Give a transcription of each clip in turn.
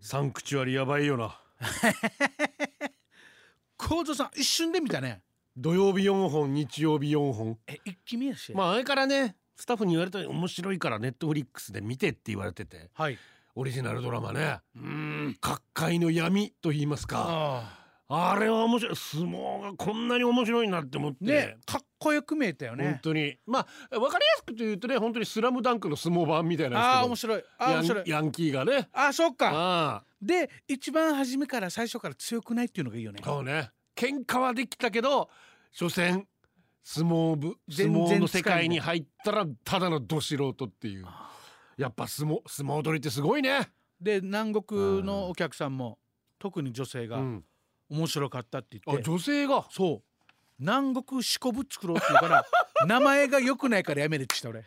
サンクチュアリやばいよな幸三さん一瞬で見たね土曜日4本日曜日4本え一気見やし、まああれからねスタッフに言われたら面白いからネットフリックスで見てって言われててはいオリジナルドラマねうん各界の闇と言いますかああれは面白い相撲がこんなに面白いなって思って、あねかっこよく見えたよ本ね当にまあわかりやすく言うとね本当に「スラムダンクの相撲版みたいあなあん面です白いけあどあ面白いヤンヤンキーがねああそっかあで一番初めから最初から強くないっていうのがいいよねあそうね喧嘩はできたけど所詮相撲部相全然撲の世界に入ったらただのど素人っていうやっぱ相撲相撲取りってすごいね、で南国のお客さんも特に女性うがん、面白かったってあ言って、女性がそう南国しこぶ作ろうって言うから名前が良くないからやめるってした俺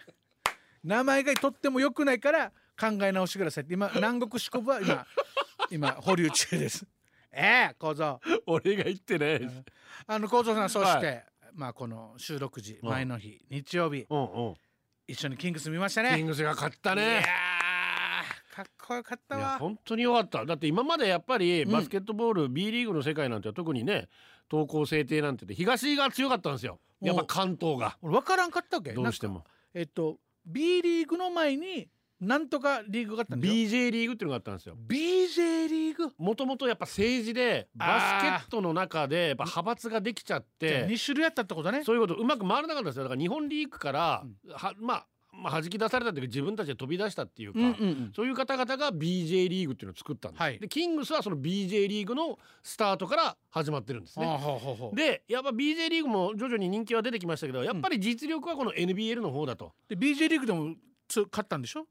名前がとっても良くないから考え直してくださいって今南国しこぶは今今保留中ですええ構造 俺が言ってねあの構造さんそして、はまあこの収録時うん前の日、日曜日うんうん一緒にキングス見ましたキンねグスが勝ったいやねーかっこよかっいたやわ本当に良かっただって今までやっぱりうんバスケットボール、B リーグの世界なんて特にね東高制定なんてて東が強かったんですよやっぱ関東が俺分からんかったわけどうしてなんかもえっと B リーグの前になんとかリーグがあったんだよ BJ リーグっていうのがあったんですよ BJ リーグもともとやっぱ政治でバスケットの中でやっぱ派閥ができちゃっじゃあて二種類やったってことねそういうことうまく回らなかったんですよだから日本リーグからうんはまあまあ弾き出されたというか自分たちで飛び出したっていうか、うんうんうんそういう方々が BJ リーグっていうのを作ったんです、はいでキングスはその BJ リーグのスタートから始まってるんですねああほうほうほうででやっぱ BJ リーグも徐々に人気は出てきましたけどやっぱり実力はこの NBL の方だと、 BJ リーグでもつ勝ったんでしょ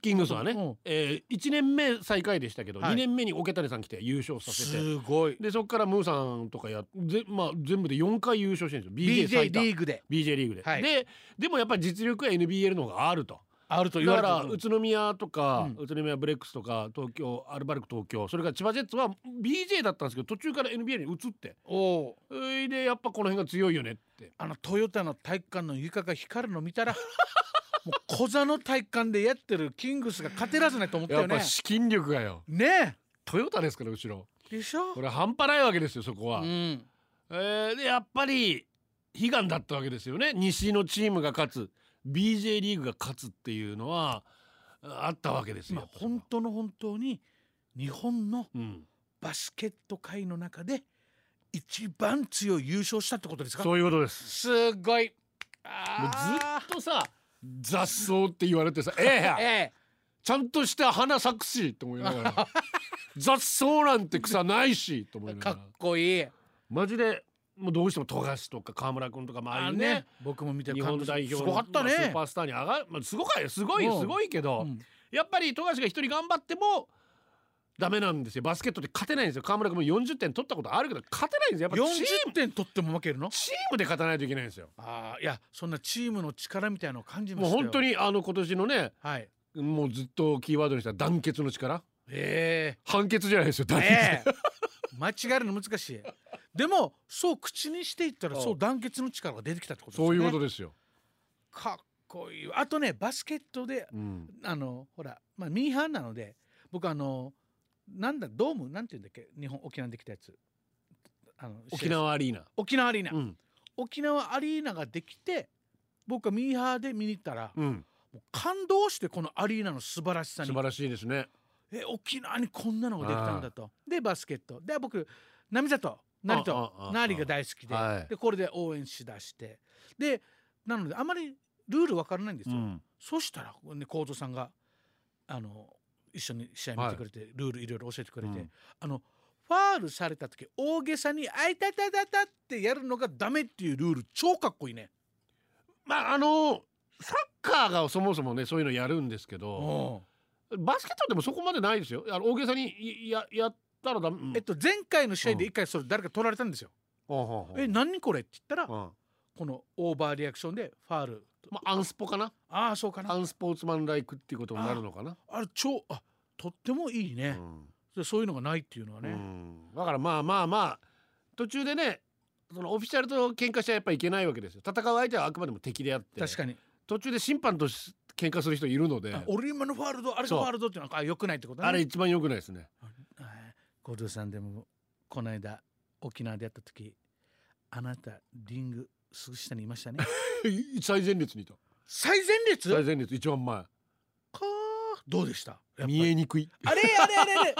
キングスはね、うんえー1年目最下位でしたけど、はい2年目に桶谷さん来て優勝させてごいでそこからムーさんとかやぜ、まあ、全部で4回優勝してるんですよ BJ 最 BJ 多 BJ リリーグでーグで、はいででもやっぱり実力は NBL の方があるとあるとだ言わかれたら宇都宮とか、うん宇都宮ブレックスとか東京アルバルク東京それから千葉ジェッツは BJ だったんですけど途中から NBL に移っておおうそれでやっぱこの辺が強いよねってあのトヨタの体育館の床が光るの見たら もう小座の体育館でやってるキングスが勝てらずないと思ったやよっねぱ資金力がよ、ねトヨタですから後ろえでしょこれ半端ないわけですよそこは、うんえーでやっぱり悲願だったわけですよね西のチームが勝つ BJ リーグが勝つっていうのはあったわけですよ、まあ本当の本当に日本のうん、バスケット界の中で一番強い優勝したってことですかそういうことですすごいもうあずっとさ雑草って言われてさ「ええやーええちゃんとした花咲くし」と思いなが ら「雑草なんて草ないし」と思いなかがっらこいいマジでもうどうしても富樫とか河村君とかまあああいうね僕も見て日本代表のすごかったまあスねーパースターに上がる、まあ、すごかよすごいようんすごいけど、うんやっぱり富樫が一人頑張ってもダメなんですよバスケットで勝てないんですよ河村君も40点取ったことあるけど勝てないんですよやっぱチー40ム点取っても負けるのチームで勝たないといけないんですよああいやそんなチームの力みたいなのを感じまもうしたよ本当にあの今年のねはいもうずっとキーワードにした団結の力え判決じゃないですよえ団結、ええ間違えるの難しいでもそう口にしていったらそうそう団結の力が出てきたってことですよそうねいうことですよ、かっこいいわあとねバスケットでうん、あのほら、まあ、ミーハーなので僕あのなんだドームなんて言うんだっけ日本沖縄できたやつあの沖縄アリーナ、沖縄アリーナ、うん沖縄アリーナができて僕はミーハーで見に行ったら、うん、もう感動してこのアリーナの素晴らしさ素に晴らしいですねえ沖縄にこんなのができたんだとでバスケットで僕波里成あとあああ成が大好きで,、はいでこれで応援しだしてでなのであまりルールわからないんですうよ、んそしたら、ね、幸三さんがあの一緒に試合見てくれて、ルールいろいろ教えてくれて、うんあのファールされた時大げさに「あいたたたた」ってやるのがダメっていうルール超かっこいいね。まああのサッカーがそもそもねそういうのやるんですけど、うんバスケットでもそこまでないですよ。あの大げさにいややったらダメ。うんえっと前回の試合で一回それ誰か取られたんですよ。ほうほうほうえ何これって言ったうらんこのオーバーリアクションでファールまあアンスポかな。ああそうかアなンスポーツマンライクっていうことになるのかな。あれ超あとってもいいうね、んでそういうのがないっていうのはね、うんだからまあまあまあ途中でね。そのオフィシャルと喧嘩しちゃやっぱいけないわけですよ戦う相手はあくまでも敵であって確かに、途中で審判とし喧嘩する人いるのであ俺今のファールドあれがそうファールドってなんかあ良くないってことねあれ一番良くないですね ゴルドさんでもこの間沖縄でやった時あなたリングすぐ下にいまし たねい最前列にいた最前列最前列一番前かーどうでしたやっぱり見えにくいあれあれあれあれ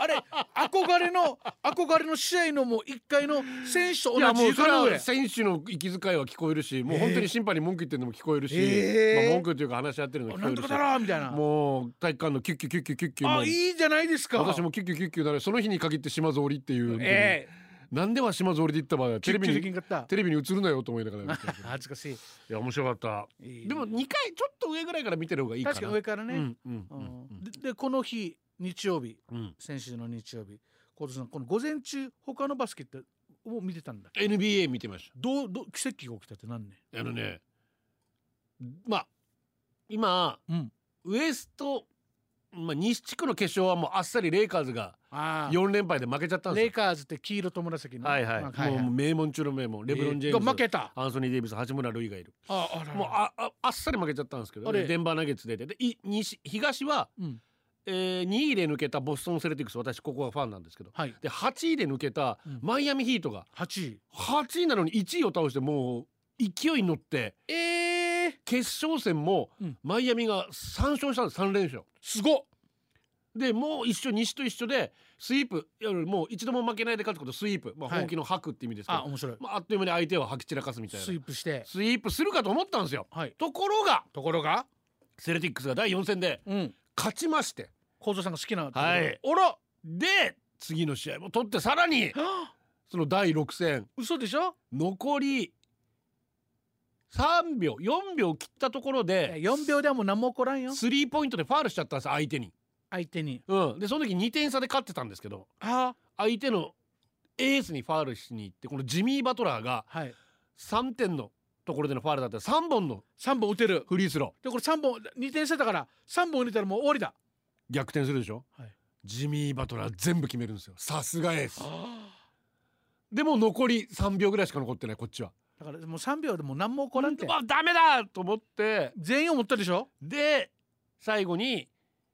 あれ憧れの憧れの試合のもう一回の選手といや同じもうそれ床の上は選手の息遣いは聞こえるしもう本当に審判に文句言ってるのも聞こえるし、えーまあ、文句というか話し合ってるのも聞なこえんるしとかだろうみたいなもう体育館のキュッキュキュッキュキュッキュあいいじゃないですか私もキュッキュキュッキュなるその日に限って島ぞおりっていう、ええなんでは島ぞおりで行った場合はテキュレッビキュでにき んかったテレビに映るなよと思いながら恥ずかしいいや面白かったいいでも2回ちょっと上ぐらいから見てる方がいいかな確かに上からね、うんううんんででこの日日曜日うんうん先週の日曜日小津さんこの午前中他のバスケットを見てたんだ NBA 見てましどうどう奇跡が起きたってなんねたあのねまあ今うんウエスト、まあ、西地区の決勝はもうあっさりレイカーズがあ4連敗で負けちゃったんレでイすカーズって黄色と紫よのはいはい、まあはいはいもう名門中の名門レブロン・ジェーがムズ、負けたアンソニー・デイビス八村塁がいるああららもうあああっさり負けちゃったんですけど、あれデンバーナゲッツ出てでい西東は、うんえー、2位で抜けたボストン・セレティックス私ここがファンなんですけどはいで8位で抜けたうんマイアミ・ヒートが8位8位なのに1位を倒してもう勢いに乗ってええ決勝戦もうんマイアミが3勝したんです3連勝。すごっでもう一緒西と一緒でスイープいわゆるもう一度も負けないで勝つことスイープ、まあ、はい本気の吐くって意味ですけど、あ面白いまあ、あっという間に相手を吐き散らかすみたいなススイイープしてープするかと思ったんですよはいところがところがセルティックスが第4戦でうん勝ちまして小津さんが好きなはいおらで次の試合も取ってさらにその第6戦嘘でしょ残り3秒4秒切ったところで4秒ではもう何も起こらんよスリーポイントでファールしちゃったんです相手に、相手にうん、でその時2点差で勝ってたんですけどあ相手のエースにファールしに行ってこのジミー・バトラーがはい3点のところでのファールだったら3本の3本打てるフリースローでこれ3本2点差だから3本入れたらもう終わりだ逆転するでしょ、はいジミー・バトラー全部決めるんですよさすがエースだでも残り3秒ぐらいしか残ってないこっちはからもう3秒でもう何も起こらんてうわダメだと思って全員思ったでしょで最後に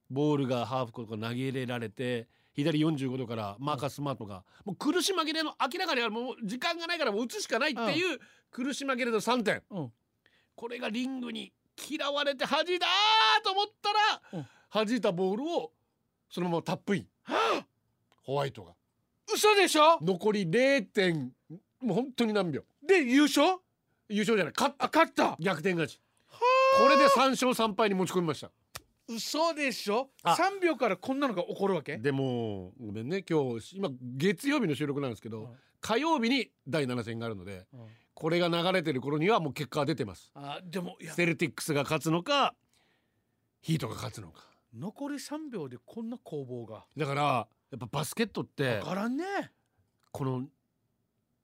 ボールがハーフコートから投げ入れられて左45度からマーカス・スマートが、もう苦し紛れの明らかにあるもう時間がないからもう打つしかないっていう苦し紛れの3点、うんこれがリングに嫌われて弾いたと思ったうらん、弾いたボールをそのままタップインホワイトが嘘でしょ残り0点もう本当に何秒で優勝優勝じゃない勝っあた勝った逆転勝ちこれで3勝3敗に持ち込みました嘘でしょあ3秒からこんなのが起こるわけでもごめんね今日今月曜日の収録なんですけど、はい火曜日に第7戦があるのでうんこれが流れてる頃にはもう結果が出てますあでもいやセルティックスが勝つのかヒートが勝つのか残り3秒でこんな攻防がだからやっぱバスケットってわからんねこの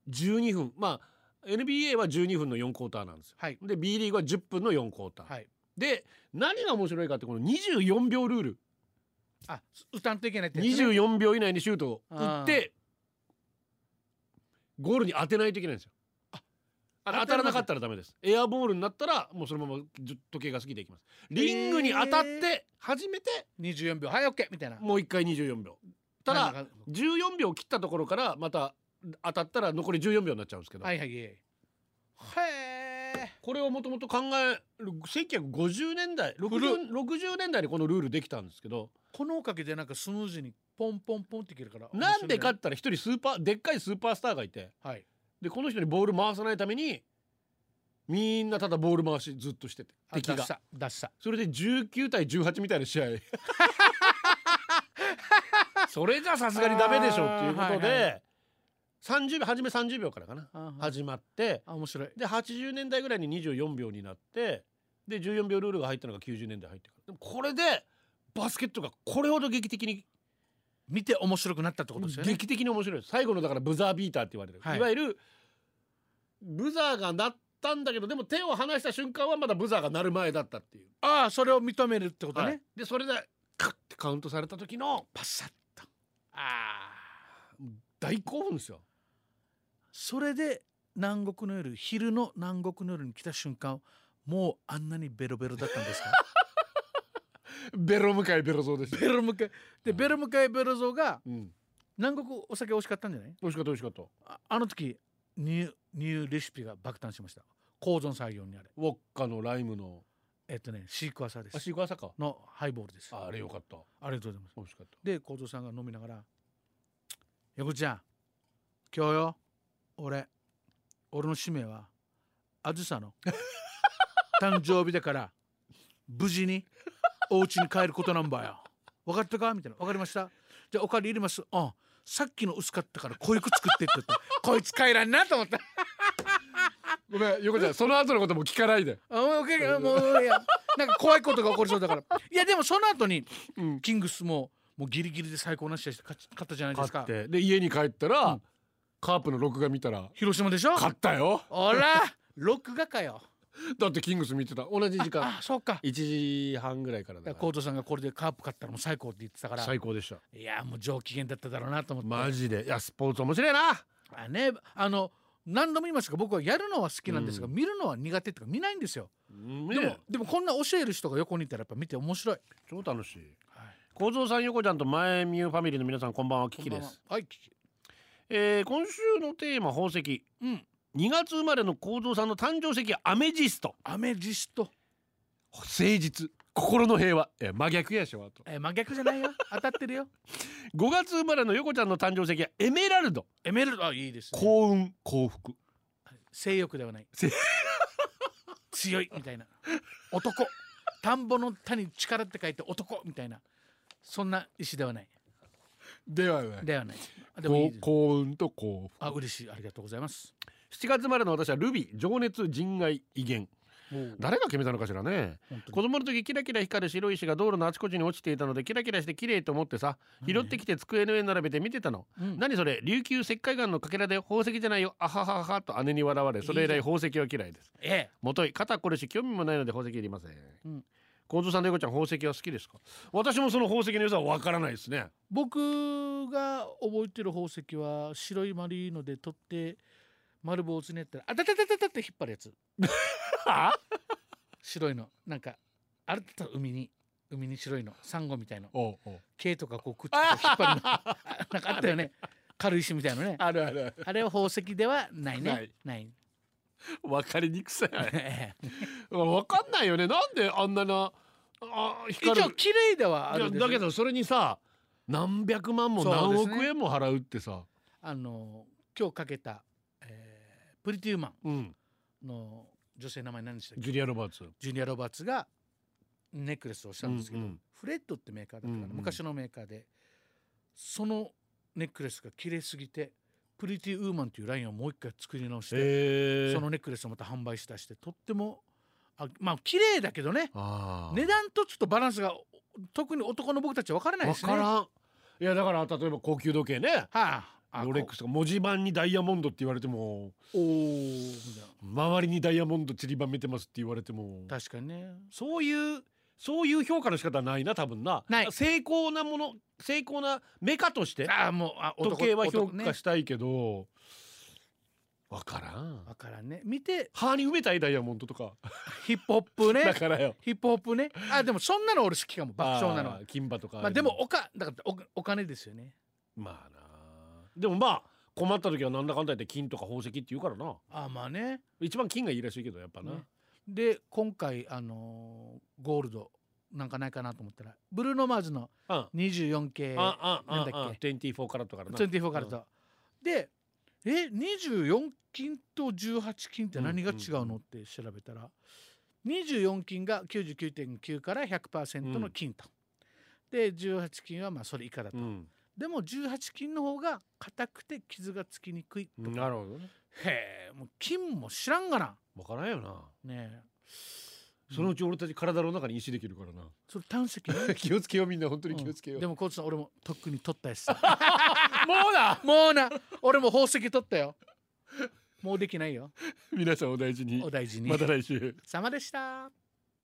12分まあ NBA は12分の4クォーターなんですよはいで B リーグは10分の4クォーター、はいで何が面白いかってこの24秒ルールあ打たんといけないってやつね24秒以内にシュートを打ってゴールに当てないといけないんですよ。あれ当たらなかったらダメです。エアボールになったらもうそのままず時計が過ぎていきます。リングに当たって初めて24秒はい OK みたいなもう一回24秒。たなんだか14秒切ったところからまた当たったら残り14秒になっちゃうんですけど、はいはいええへえこれをもともと考える1950年代 60, 60年代にこのルールできたんですけどこのおかげでなんかスムーズにポンポンポンっていけるからなんでかって言面白いったら一人スーパーでっかいスーパースターがいて、ねはいでこの人にボール回さないためにみんなただボール回しずっとしててあ敵出がした出したそれで19対18みたいな 試合それじゃさすがにダメでしょっていうことで、あーはい30秒初め30秒からかなあはい始まってあ面白いで80年代ぐらいに24秒になってで14秒ルールが入ったのが90年代入ってからでもこれでバスケットがこれほど劇的に見て面白くなったってことですよね劇的に面白いです最後のだからブザービーターって言われる、はいい、わゆるブザーが鳴ったんだけどでも手を離した瞬間はまだブザーが鳴る前だったっていう、ああそれを認めるってことね、はいでそれでカッてカウントされた時のパサッとあ大興奮ですよそれで南国の夜昼の南国の夜に来た瞬間もうあんなにベロベロだったんですかベロ向かいベロ像ですよベロ向かいでベロ向かいベロ像がうん、南国お酒美味しかったんじゃない美味しかった美味しかったああの時ニューニューレシピが爆誕しました構造作業にあれウォッカのライムのえっとねシークワーサーであすシークワーサーかのハイボールですああれよかったありがとうございます美味しかったで構造さんが飲みながら「横ちゃん今日よ俺俺の使命はあず さの誕生日だから無事にお家に帰ることなんばよ分かったか?」みたいな「分かりましたじゃあお金入れます」うんさっきの薄かったからこういう句作ってって 言ったこいつ帰らんなと思ったごめん横ちゃんその後のことも聞かないであもう OK もういやなんか怖いことが起こりそう だからいやでもその後にうんキングスももうギリギリで最高な試合して勝ち勝ったじゃないで買すかってで家に帰ったら、うんカープの録画見たら広島でしょ買ったよおら録画かよだってキングス見てた同じ時間あそうか1時半ぐらいからだだかコらートさんがこれでカープ買ったらもう最高って言ってたから最高でしたいやもう上機嫌だっただろうなと思ってマジでいやスポーツ面白いなあねあの何度も言いますが僕はやるのは好きなんですが、う見るのは苦手とか見ないんですよででもでもこんな教える人が横にいたらやっぱ見て面白い、超楽しいはい、構造さん横ちゃんと前ミューファミリーの皆さんこんばんはキこキんばんではす、はいキキえー今週のテーマ宝石うん2月生まれの構造さんの誕生石はアメジストアメジスト、誠実心の平和いや真逆やしょあとえー真逆じ ゃないよ当たってるよ5月生まれの横ちゃんの誕生石はエメラルドエメルドあいいです、ね、幸運幸福性欲ではない性強いみたいな男田んぼの田に力って書いて男みたいなそんな石ではないではないではないあでもいいです幸運と幸福あ嬉しいありがとうございます7月生まれの私はルビー情熱人愛威厳本誰が決めたのかしらね当子に供の時キラキラ光る白い石が道路のあちこちに落ちていたのでキラキラして綺麗と思ってさ拾ってきて机の上に並べて見てたの、う ん何それ琉球石灰岩のかけらで宝石じゃないよあははははと姉に笑われそれ以来宝石は嫌いですええもとい肩こるし興味もないので宝石いりませんうん幸三さんの横ちゃん宝石は好きですか私もその宝石の良さはわからないですね僕が覚えてる宝石は白い丸いので取って丸棒をつねったらあたたたたたって引っ張るやつ白いのなんかあれだったら海に海に白いのサンゴみたいの おうおう毛とかこうくっつけて引っ 張るのなんかあったよね軽石みたいなのねあるあるあれは宝石ではないねないないわかりにくさいええわかんないよねなんであんななあ 一光る応綺麗ではあるんいでやすよだけどそれにさ何百万もそう何ですね億円も払うってさあの今日かけた、えープリティウーマうんンの女性名前何でしたっけジュリア・ロバーツジュニア・ロバーツがネックレスをしたんですけど、うんうんフレッドってメーカーだったかな、うんうん昔のメーカーでそのネックレスが綺麗すぎてプリティウーマンっていうラインをもう一回作り直して、ええそのネックレスをまた販売したしてとってもあまあ綺麗だけどねああ値段とちょっとバランスが特に男の僕たちは分からないでわすね。からんいやだから例えば高級時計ねはあ、あロレックスとか文字盤にダイヤモンドって言われてもおお周りにダイヤモンド散りばめてますって言われても確かにねそういうそういう評価の仕方はないな多分なない成功なもの成功なメカとしてああもうあ時計は評男ね価したいけどわからんわからんね見て歯に埋めたいダイヤモンドとかヒップホッ プねだからよヒップホップねあでもそんなの俺好きかも爆笑なのはあー金馬とかまあでもおかだからおお金ですよねまあなでもまあ困った時はなんだかんだ言って金とか宝石って言うからなあまあね一番金がいいらしいけどやっぱな、ねで今回あのーゴールドなんかないかなと思ったらブルーノ・マーズのうん 24K24 ああなあんだっあ24カラットからなカラットでえ24金と18金って何が違うのって調べたら24金が99.9から100%の金と、で18金はまあそれ以下だと、うん、でも18金の方が硬くて傷がつきにくいとなるほどねへえもう金も知らんがな分からんよなねえそのうち俺たち体の中に石できるからな、 それ胆石ね気をつけようみんな本当に気をつけうよんう、でもコーチさん俺もとっくに取ったやつ もうだもうな俺も宝石取ったよもうできないよ 皆さんお大事にお大事に、また来週様でした